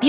美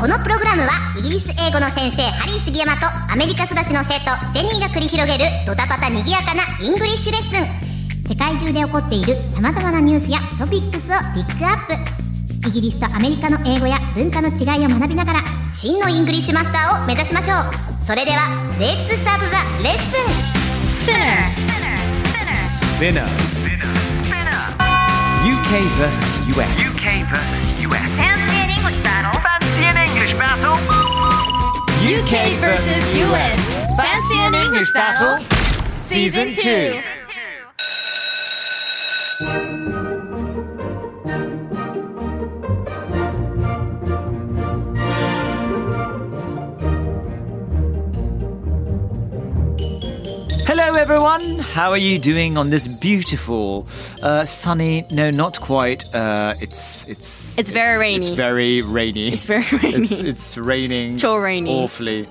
このプログラムはイギリス英語の先生ハリー杉山とアメリカ育ちの生徒ジェニーが繰り広げるドタパタにぎやかなイングリッシュレッスン世界中で起こっている様々なニュースやトピックスをピックアップイギリスとアメリカの英語や文化の違いを学びながら真のイングリッシュマスターを目指しましょうそれではレッツスタートザレッスン Spinner. UK versus US. UK versus US. Fancy an English battle. Fancy an English battle. UK versus US. Fancy an English battle? Season 2. Hello, everyone. How are you doing on this beautiful, uh, sunny? No, not quite. Uh, it's it's It's very It's rainy. very rainy. It's very rainy. It's, it's raining. 超 rainy Awfully.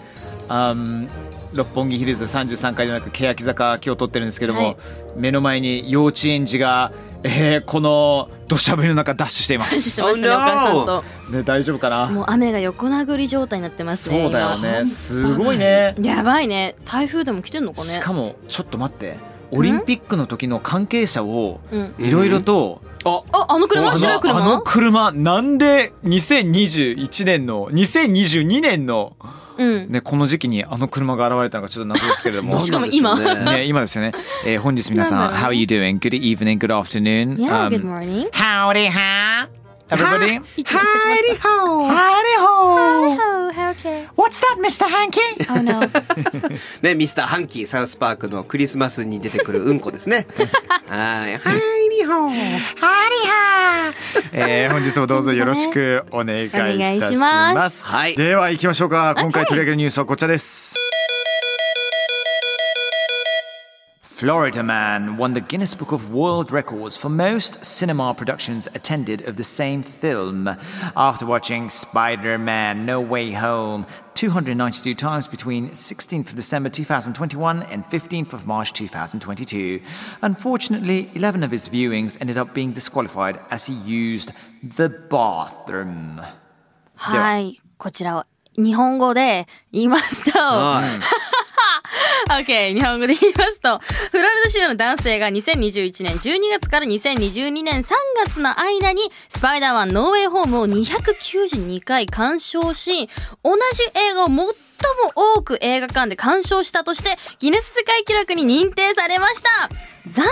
Um, 六本木ヒルズ33階じゃなく欅坂今日撮ってるんですけども、はい目の前に幼稚園児が、えーこの土砂降りの中ダッシュしていましてす。ましたね、お母さんと。ね、大丈夫かなもう雨が横殴り状態になってますね。そうだよねすごいね。今。やばいね。台風でも来てんのかね。しかもちょっと待ってオリンピックの時の関係者をうん。いろいろと、あ、あの車、あ白いの車。あの車なんで2021年の2022年の、うん。ね、この時期にあの車が現れたのがちょっと謎ですけれども しかも今。ね、今ですよね。えー、本日皆さ、なんんだろ How う are you doing? Good evening, good afternoon. Yeah, Um, good morning. Howdy, ha! Everybody? ハイリホ Howdy ho! Hello, how can? What's that, Mr. Hanky? Oh no. ね、ミスターハンキーサウスパークのクリスマスに出てくるうんこですね。はい、はい、リホー。 えー、本日もどうぞよろしくお願いいたしお願います。しますはいでは行きましょうか。今回取り上げるニュースはこちらです。Florida man won the Guinness Book of World Records for most cinema productions attended of the same film after watching Spider Man No Way Home 292 times between 16th of December 2021 and 15th of March 2022. Unfortunately, 11 of his viewings ended up being disqualified as he used the bathroom. はい。こちらを日本語で言いますと。はい OK 日本語で言いますとフロリダ州の男性が2021年12月から2022年3月の間に「スパイダーマンノーウェイホーム」を292回鑑賞し同じ映画を最も多く映画館で鑑賞したとしてギネス世界記録に認定されました残念な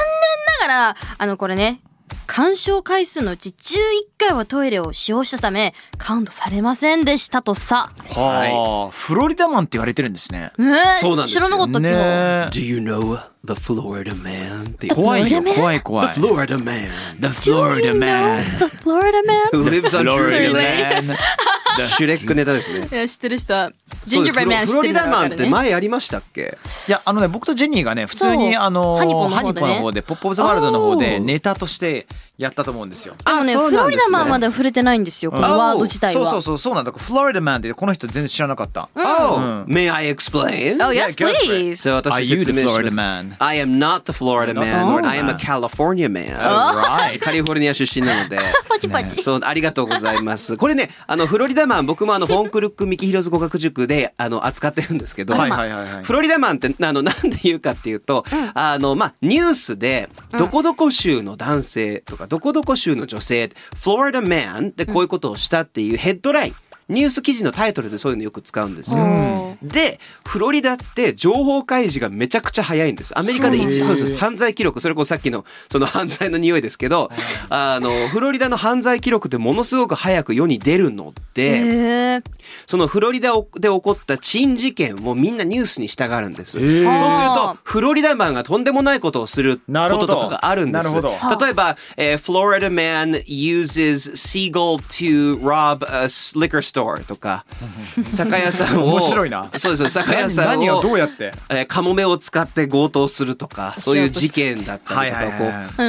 がらあのこれね鑑賞回数のうち11回はトイレを使用したためカウントされませんでしたとさ、はあ、フロリダマンって言われてるんですね。ねえそうなんですよ知らなかったっけ、ね Do you know the Florida man? っていう。怖いよ、怖い怖い。 The Florida man The Florida man. The Florida man who lives on Florida land. man. シュレックネタですね。いや知ってる人はジンジャーブレッドマン知フっロてリるのダがわかマンっるてね。前ありましたっけいや、あのね、僕とジェニーがね、普通に、そうあのー、ハニポのハ方ニでポねの方で、ポップオブザワールドの方で、ネタとしてやったと思うんですよ。でもねあそうフなロんリでダすねマンまだ触れてないんですよこのワード自体そうは。そうそう、そうなんだ。フロリダマンって、この人全然知らなかった。 Oh, may I explain? Oh yes Yeah, go for it. please. じゃあ私 Are you the 説明します Florida man? I am not the Florida man, the or Florida I am a man. California man. Alright. カリフォルニア出身なので。パチパチ。そう、ありがとうございます。これね、あの、フロリダマン、僕もあの、フォンクルック・ミキヒロズ語学塾で、あの、扱ってるんですけど、はいはいはいはいフロリダマンって、あの、なんで言うかっていうと、あの、まあ、ニュースで、どこどこ州の男性とか、どこどこ州の女性、フロリダマンってこういうことをしたっていうヘッドライン、ニュース記事のタイトルでそういうのよく使うんですよ。おーで、フロリダって情報開示がめちゃくちゃ早いんです。アメリカで一、そうです。犯罪記録、それこそさっきのその犯罪の匂いですけど、あの、フロリダの犯罪記録ってものすごく早く世に出るので、へえ。そのフロリダで起こった珍事件をみんなニュースに従うんです。ーそうすると、フロリダマンがとんでもないことをするこなるほとどとかがあるんです。なるほど例えば、えー Florida man uses seagull to rob a s- liquor store とか、酒屋さんを、面白いなそうです、酒屋何さん何をどうやを、ってえーカモメを使って強盗するとか、そういう事件だったりとかはいはいはい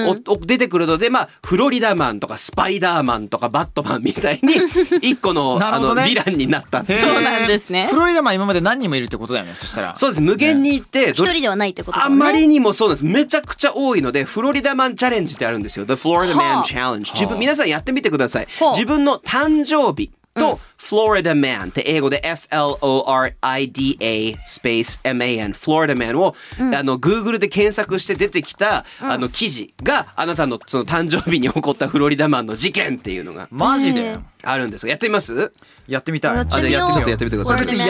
はい、こう、おお出てくるので、まあ、フロリダマンとかスパイダーマンとかバットマンみたい に、一個の、なるあほどの、ねヴィランになったんです。そうなんですねへーフロリダマン今まで何人もいるってことだよねそしたらそうです、無限にいて、一ど人ではないってことだあもんね。まりにもそうなんです。めちゃくちゃ多いので、フロリダマンチャレンジってあるんですよ。The Florida は Man あ Challenge。自分、皆さんやってみてくださいほう。自分の誕生日と、Florida Man って英語で F-L-O-R-I-D-A スペース M-A-N Florida Man を、あの、Google で検索して出てきた、あの、記事があなたのその誕生日に起こったフロリダマンの事件っていうのがマジへでーあるんですが、やってみますやってみたいやってあみじゃあよやうってちょっとやってみてください。 Florida 別に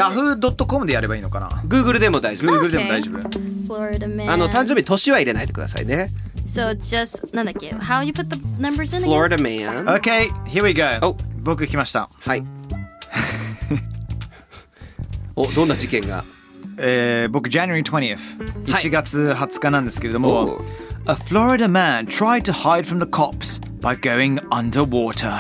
yahoo.com でやればいいのかな Google でも大丈夫。 Google でも大丈夫 Florida man. あの、誕生日年は入れないでくださいね。 So it's just なんだっけ How you put the numbers in again? Florida Man。 Okay, here we go お僕来ましたはい。 お、どんな事件が。えー僕 January 20th はい1月20日なんですけれどおもう A Florida man tried to hide from the cops by going underwater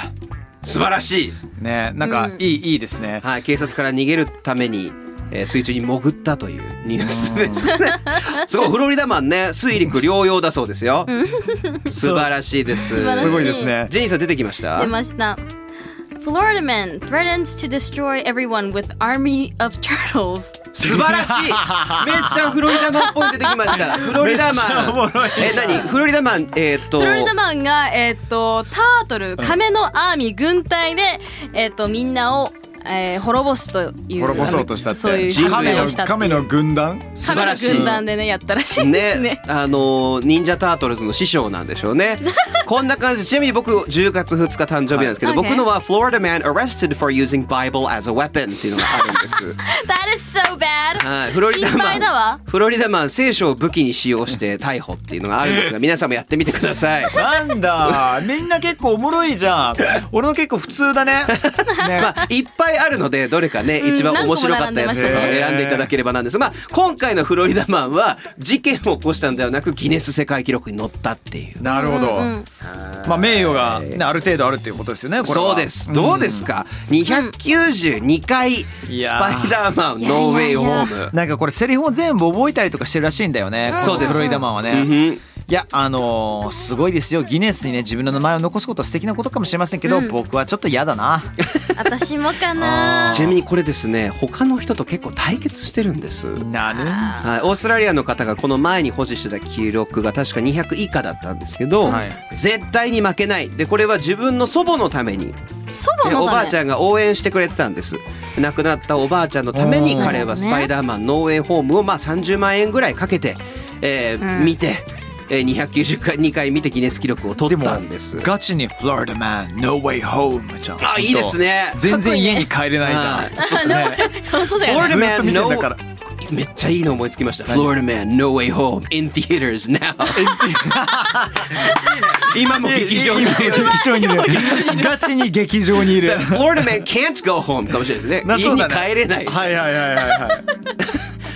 素晴らしい。ねなんかいいいいですねはい、警察から逃げるために。えー水中に潜ったというニュースですね。 すごいフロリダマンね、水陸両用だそうですよ。素晴らしいです。晴らしいすごいですねジェニーさん出てきました。出ました。Florida man threatens to destroy everyone with army of turtles. 素晴らしい。めっちゃフロリダマンっぽいの出てきました。フロリめダっちゃおもマンろい。えー、何？フロリダマンえーっと。フロリダマンがえっ、とタートル亀のアーミー軍隊でえっ、とみんなを、えー滅ぼすという滅ぼそうとしたっそういてう人類亀犯を罪をのしたっていう亀の軍団素亀晴のらしい軍団でねやったらしいですねね、あのー忍者タートルズの師匠なんでしょ うね。こんな感じ。ちなみに僕10月2日誕生日なんですけど、はい僕のは Florida man arrested for using Bible as a weapon っていうのがあるん です。 That is so bad はい、フロリダ心配だマわン。フロリダマン聖書を武器に使用して逮捕っていうのがある んですが、皆さんもやってみてください。なん だみんな結構おもろいじゃん俺の結構普通だ ねねまあ、いっぱいあるのでどれかねうん一番面白かったやつとかを何でまし個も並んたね選んでいただければなんですが、まあ、今回のフロリダマンは事件を起こしたんではなくギネス世界記録に載ったっていう。なるほどまあ名誉がねある程度あるっていうことですよねこれはそうです。どうですか、?292 回スいやーパイダーマンノーウェイホーム。なんかこれセリフを全部覚えたりとかしてるらしいんだよね、そうですフロリダマンはね、いやあのーすごいですよギネスにね自分の名前を残すことは素敵なことかもしれませんけど、僕はちょっと嫌だな私もかなちなみにこれですね他の人と結構対決してるんです。なるはい、オーストラリアの方がこの前に保持してた記録が確か200以下だったんですけど、はい絶対に負けないでこれは自分の祖母のために祖母でのおばあちだねゃんが応援してくれてたんです亡くなったおばあちゃんのために彼は「スパイダーマンノーウェイホーム」をまあ30万円ぐらいかけて、えー見て、えー、290回2回見てギネス記録を取ったんですガチにフロリダマン No way home じゃんあいいですね全然家に帰れないじゃんはいね本当だよフロリずっダと見マンてんノだからーめっちゃいいの思いつきました「フロリダマンノーウェイホーム in theaters now」今も劇場にいる 劇場にいるガチに劇場にいるフロリダマン can't go home かもしれないですねな家そうにだね帰れないはいはいはいはいはい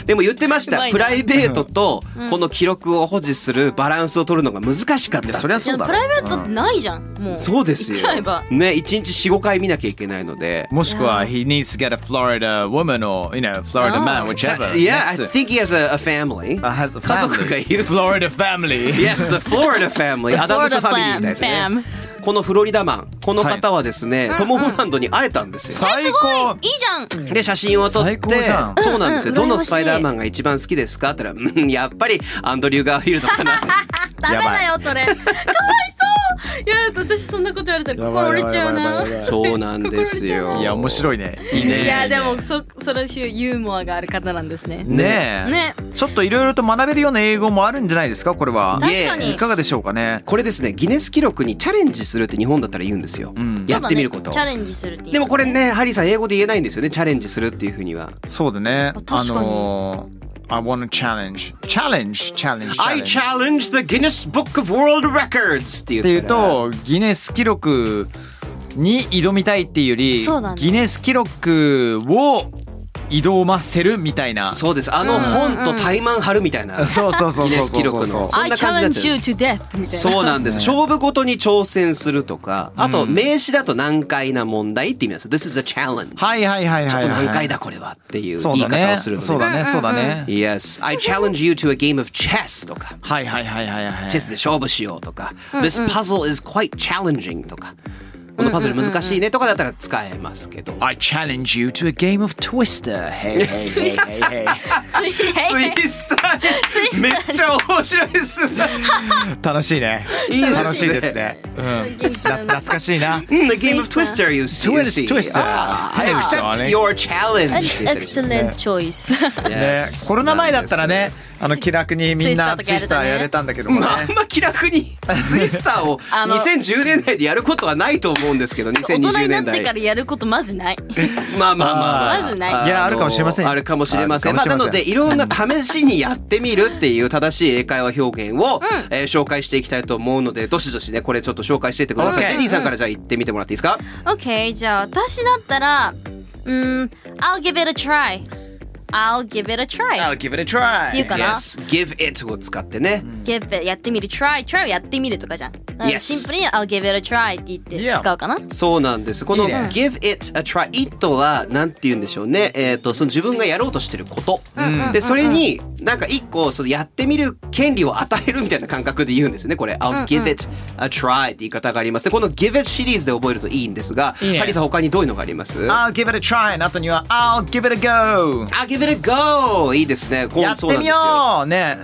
でも言ってましうまたいなプライベートとこの記録を保持するバランスを取るのが難しかったそりゃいそやうだプろライベートってないじゃんもうそうですよ言っちゃえばね一日45回見なきゃいけないのでもしくは He needs to get a Florida woman or you know Florida man あー whichever Yeah I Next to- think he has a, a family Uh, has a 家族が family. いる Florida family Yes the Florida family アダムスファミリーみたいですね Florida fam- このフロリダマンこの方はですね、トム・ホランドに会えたんですよ最高いいじゃ んで写真を撮って最高じゃんそうなんですよ、うんうんどのスパイダーマンが一番好きですかって言ったら「うんやっぱりアンドリュー・ガーフィールドかな」ダメだよそれかわいいや私そんなこと言われたらやば心い折やれちばいゃやうばいやなばいやばいそうなんですよ。いや面白い。いねいいねいやでもそその種ユーモアがある方なんですねねえねちょっといろいろと学べるような英語もあるんじゃないですかこれは確かにいかがでしょうかねこれですね、ギネス記録にチャレンジするって日本だったら言うんですよ。んやってみること。チャレンジするって言いでもこれますね、ハリーさん英語で言えないんですよね、チャレンジするっていうふうには。そうだね確かにあのー I want to challenge challenge challenge I challenge challenge the Guinness Book of World Records っていう。っていうとギネス記録に挑みたいっていうよりそうだねギネス記録を挑ませるみたいなそうです。あの本とタイマン張るみたいな。そうそうそうそうそうそうギネス記録のそん I な感じだった challenge you to death みたいな そうなんです。勝負ごとに挑戦するとか、あと名詞だと難解な問題って意味なんです。This is a challenge. はいはいはいはい、はい、ちょっと難解だこれはっていうそ言ういだ方ねをするので。そうだねそうだね、 Yes, I challenge you to a game of chess とか。はいはいはいはいはいチェスで勝負しようとか、This puzzle is quite challenging とか、このパズル難しいねとかだったら使えますけど。 I challenge you to a game of Twister Hey hey hey hey hey ツイスターめっちゃ面白いですね。 楽しいねいいですね楽しいですねうんな懐かしいな The game of Twister you see. you Twist- see. Twister. あー I accept your challenge. って言ったりして Excellent choice ね Yes コロナ前だったらねあの気楽にみんなツツイイススタターとかーややれれたたんだけどもねまああんま気楽 にツイスターをあの2010年代でやることはないと思うんですけど大人2020になっ年てか代らやることまず ないまあまあまあまずないのいやあるかもしれませんよあるかもしれませんまああるかもしれませなんのでいろんな試しにやってみるっていう正しい英会話表現を、えー紹介していきたいと思うのでどしどしねこれちょっと紹介していってください、 OK ジェニーさんからじゃあ言ってみてもらっていいですか OK じゃあ私だったらうーん I'll give it a try I'll give it a try っ give it a てい try うかな give it を使ってね、 give it やってみる try try をやってみるとかじゃんだから Yes シンプルに I'll give it a try って言って Yeah 使うかなそうなんですこいのいね give it a try it はなんて言うんでしょうねえっ、とその自分がやろうとしてること、でそれになんか一個そのやってみる権利を与えるみたいな感覚で言うんですよねこれ I'll give it a try って言い方がありますでこの give it シリーズで覚えるといいんですがいいねハリーさん他にどういうのがありますあ I'll give it a try の後には I'll give it a go give it a go いいですねこうやっそうてなんみですよようね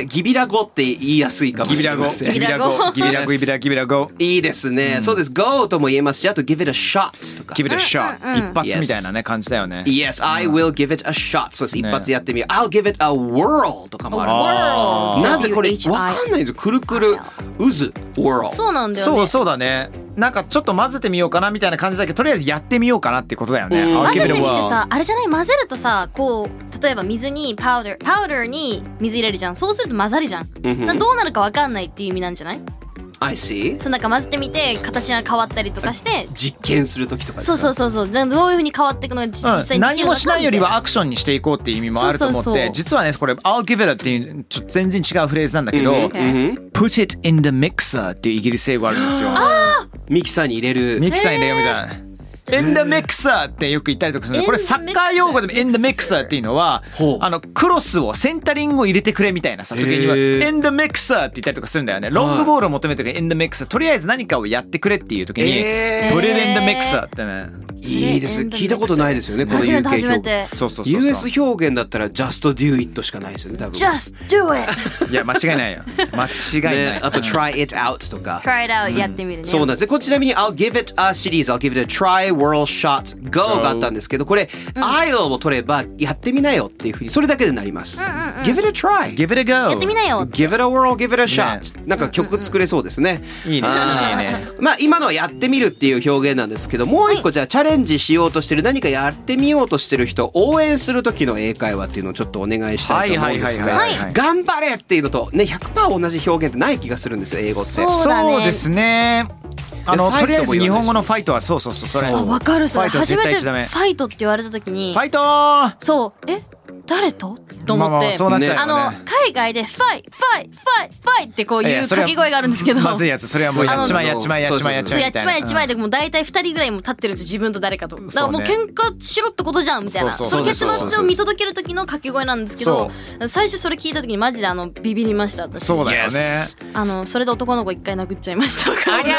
ねギビラ語って言いやすいかもギビしれラゴませんギビラゴギビラゴ Yes ギビラギビラゴいいですね、そうです go とも言えますしあと give it a shot とか give it a shot 一発みたいなね感じだよね Yes, I will give it a shot. そうです。一発やってみよう。I'll give it a whirl とかもあある。ーなぜこれ WHI わかんないんですよ。くるくる渦 whirl。そうなんだよねそうそうだねなんかちょっと混ぜてみようかなみたいな感じだけどとりあえずやってみようかなってことだよねうん I'll 混ぜ give て it a みて whirl さあれじゃない混ぜるとさこう例えば水にパウダーパウダーに水入れるじゃんそうすると混ざるじゃん、うんうんなどうなるかわかんないっていう意味なんじゃない I see. そうなんか混ぜてみて形が変わったりとかして実験するときとかですそうかそうそうそうなんかどういうふうに変わっていくのが実う際ん、にで何きるのもかしないよりみたはアクションにしていこうっていう意味もあると思ってそうそうそう実はねこれ「I'll give it a」っていうちょっと全然違うフレーズなんだけど「うんうん put it in the mixer」っていうイギリス英語あるんですよ。ミキサーに入れる。ミキサーに入れようみたいな。in the mixer ってよく言ったりとかするんだけどこれ In the サッカー用語でも in the mixer っていうのはほうあのクロスをセンタリングを入れてくれみたいなさ時にはへー in the mixer って言ったりとかするんだよねロングボールを求めてるから in the mixer とりあえず何かをやってくれっていう時にえ put it in the mixer ってねー、いいですね。聞いたことないですよね。この初 UK めて表初めてそうそうそうそう US 表現だったら just do it しかないですよね。多分。 Just do it いや間違いないよ間違いないね、あと try it out とか。 try it out やってみるね、そうなんですね。これちなみに I'll give it a シリーズ、I'll give it a try, whirl, shot, go があったんですけど、これ、I'll を取ればやってみなよっていうふうに、それだけでなります。give it a try. give it a go やってみなよ Give it a whirl, give it a shot.、なんか曲作れそうですね。いいねあーいいねまあ今のはやってみるっていう表現なんですけど、もう一個じゃあチャレンジしようとしてる、何かやってみようとしてる人、応援する時の英会話っていうのをちょっとお願いしたいと思うんですはいがはいはいはいはい、頑張れっていうのとね、100%同じ表現ってない気がするんですよ、英語って。そうだねそうですねあのでとりあえファずイトも言わな日いし本語のファイトはそうそうそうそれあわかるそれファイトは絶初め対言ってちフゃダメァイトって言われた時にファイトーそうえ誰ととま思あまっあて、そうなっちゃうあよねの海外で「ファイファイファイファイ」ってこういいうやそれ掛はけ声があるんですけどまずいやつそれはもうやっちまえやあのっちまえやっちまえやっちそうまえやみったちいまなえやっちまえでもう大体2人ぐらいも立ってるんですよ自分と誰かとだからもうそうね喧嘩しろってことじゃんみたいなそそうそうの結そうそう末そをう見届ける時の掛け声なんですけど最初それ聞いた時にマジであのビビりました私そうだよね Yes あのそれで男の子一回殴っちゃいましたちょうありゃ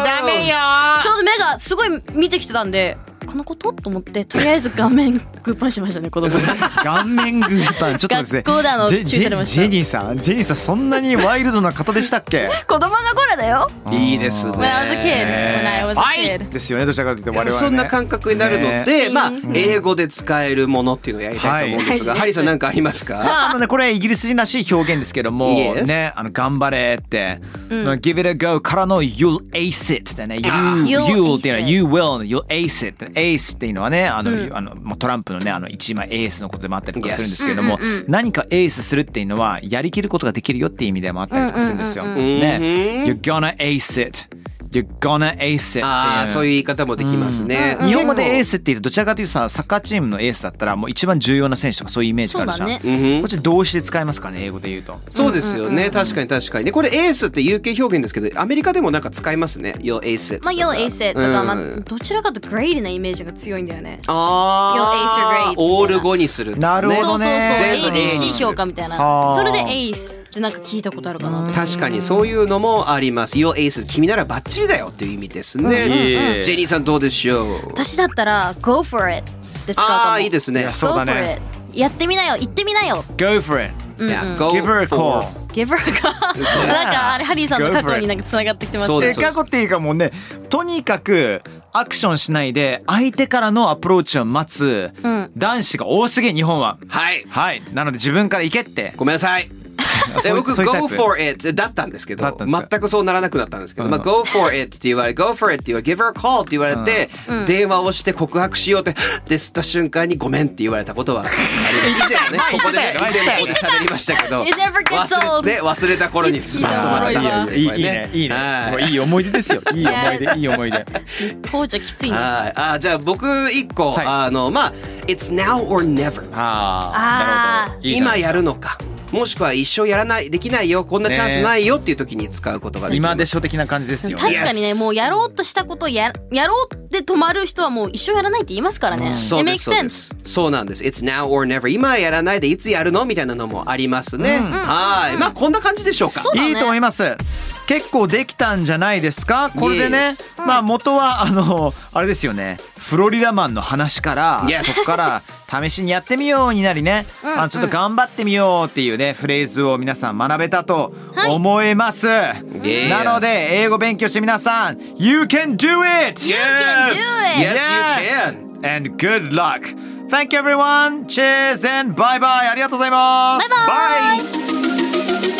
ーダメよど目がすごい見てきてたんでこのことと思ってとりあえず顔面グーパンしました ね子供に顔面グーパンちょっとですね学校であのジェ注意されましたジェジェニーさんジェニーさんそんなにワイルドな方でしたっけ子供の頃だよいいですね When I was a kid When I was a はい kid ですよねどちらかというと我々、ね、そんな感覚になるのねで、まあうん英語で使えるものっていうのをやりたいと思うんですが、はいハリーさんなんかありますか？まあ、あのね、これイギリス人らしい表現ですけども、 Yes. ね、あの、頑張れって、うんまあ give it a go からの you'll ace it ってね、you, you'll You'll っ ace ていうのは it you will の you'll ace it ace っていうのはね、あの、うんあのまあトランプのね、あの、一枚エースのことでもあったりとか Yes. するんですけども、うんうんうん何かエースするっていうのは、やりきることができるよっていう意味でもあったりとかするんですよ。うんうんうんうんね、you're gonna ace it you're gonna ace it っていうああそういう言い方もできますね。日本語でエースって言うとどちらかというとさサッカーチームのエースだったらもう一番重要な選手とかそういうイメージがあるじゃん、そうだうんうんこっち動詞で使いますかね英語で言うとそうですよね。確かに確かに。ね、これエースって UK 表現ですけど、アメリカでもなんか使いますね。Your ace it とまあか。 You'll ace it とか、うんまあ、どちらかとグレイなイメージが強いんだよね You'll ace your grades ああ。オール語にする。なるほそどうそうそうね全部 ABC 評価みたいはなあそれでエースってなんか聞いたことあるかな私確かにそういうのもあります。Your ace 君ならバッチリだよっていう意味ですね。うんうんジェニーさんどうでしょう。私だったら Go for it って使うかあもあいいですね。そうだね Go for it やってみなよ行ってみなよ Go for it うんうん Yeah, go Give her a for- call ゲブラがなんかあれハリーさんの過去になんかつながってきてますそうねでですそうで過す去っていうかもうねとにかくアクションしないで相手からのアプローチを待つうん男子が多すぎ日本ははい。はいなので自分から行けってごめんなさい。でそう僕そういうタイ Go プ for it だったんですけどだったんですか全くそうならなくなったんですけど、うんまあ、Go for it って言われ Go for it って言われ Give her a call って言われて、電話をして告白しようってで吸った瞬間にごめんって言われたことはあります以前もねここでね言っ以てたよ前もここで喋りましたけど It never gets 忘 old れて忘れた頃にスパッとまた出すんあーでいいこれねいいねいいねはいもういい思い出ですよいい思い出いい思い出当時はきついねはいあーじゃあ僕一個、はいあのまあ It's now or never ああなるほどいいじゃな今いですかやるのかもしくは一生やらないできないよこんなチャンスないよっていう時に使うことができる今でしょ的な感じですよね確かにね Yes もうやろうとしたことをややろうって止まる人はもう一生やらないって言いますからねそう It で makes すそうで sense すそうなんです It's now or never 今やらないでいつやるのみたいなのもありますね、はいまあこんな感じでしょうかうだねいいと思います結構できたんじゃないですかこれでね、まあ元はあのあれですよねフロリダマンの話から、 Yes そこから試しにやってみようになりね、あのちょっと頑張ってみようっていうねフレーズを皆さん学べたと思います、 Yes なので英語勉強して皆さん You can do it! can do Yes! it! Yes, Yes! you can! And good luck! Thank you everyone! Cheers and bye bye! ありがとうございますバイバイ Bye!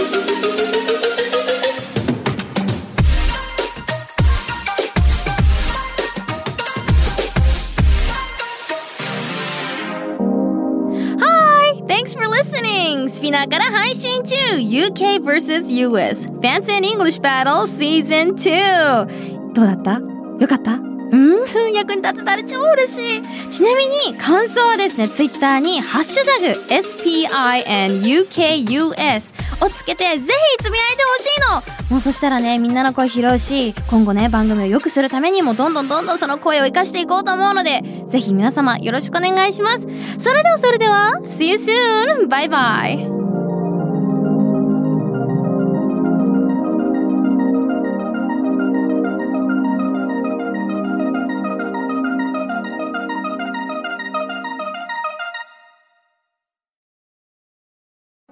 はい Thanks for listening! スピナーから配信中 !UK vs.US Fancy and English Battle Season 2! どうだったよかったうん 役に立てたら超嬉しいちなみに感想はですね Twitter に「ハッシュタグ #SPINUKUS」をつけてぜひつぶやいてほしいのもうそしたらねみんなの声拾うし今後ね番組を良くするためにもどんどんどんどんその声を生かしていこうと思うのでぜひ皆様よろしくお願いしますそれではそれでは See you soon! バイバイ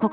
こ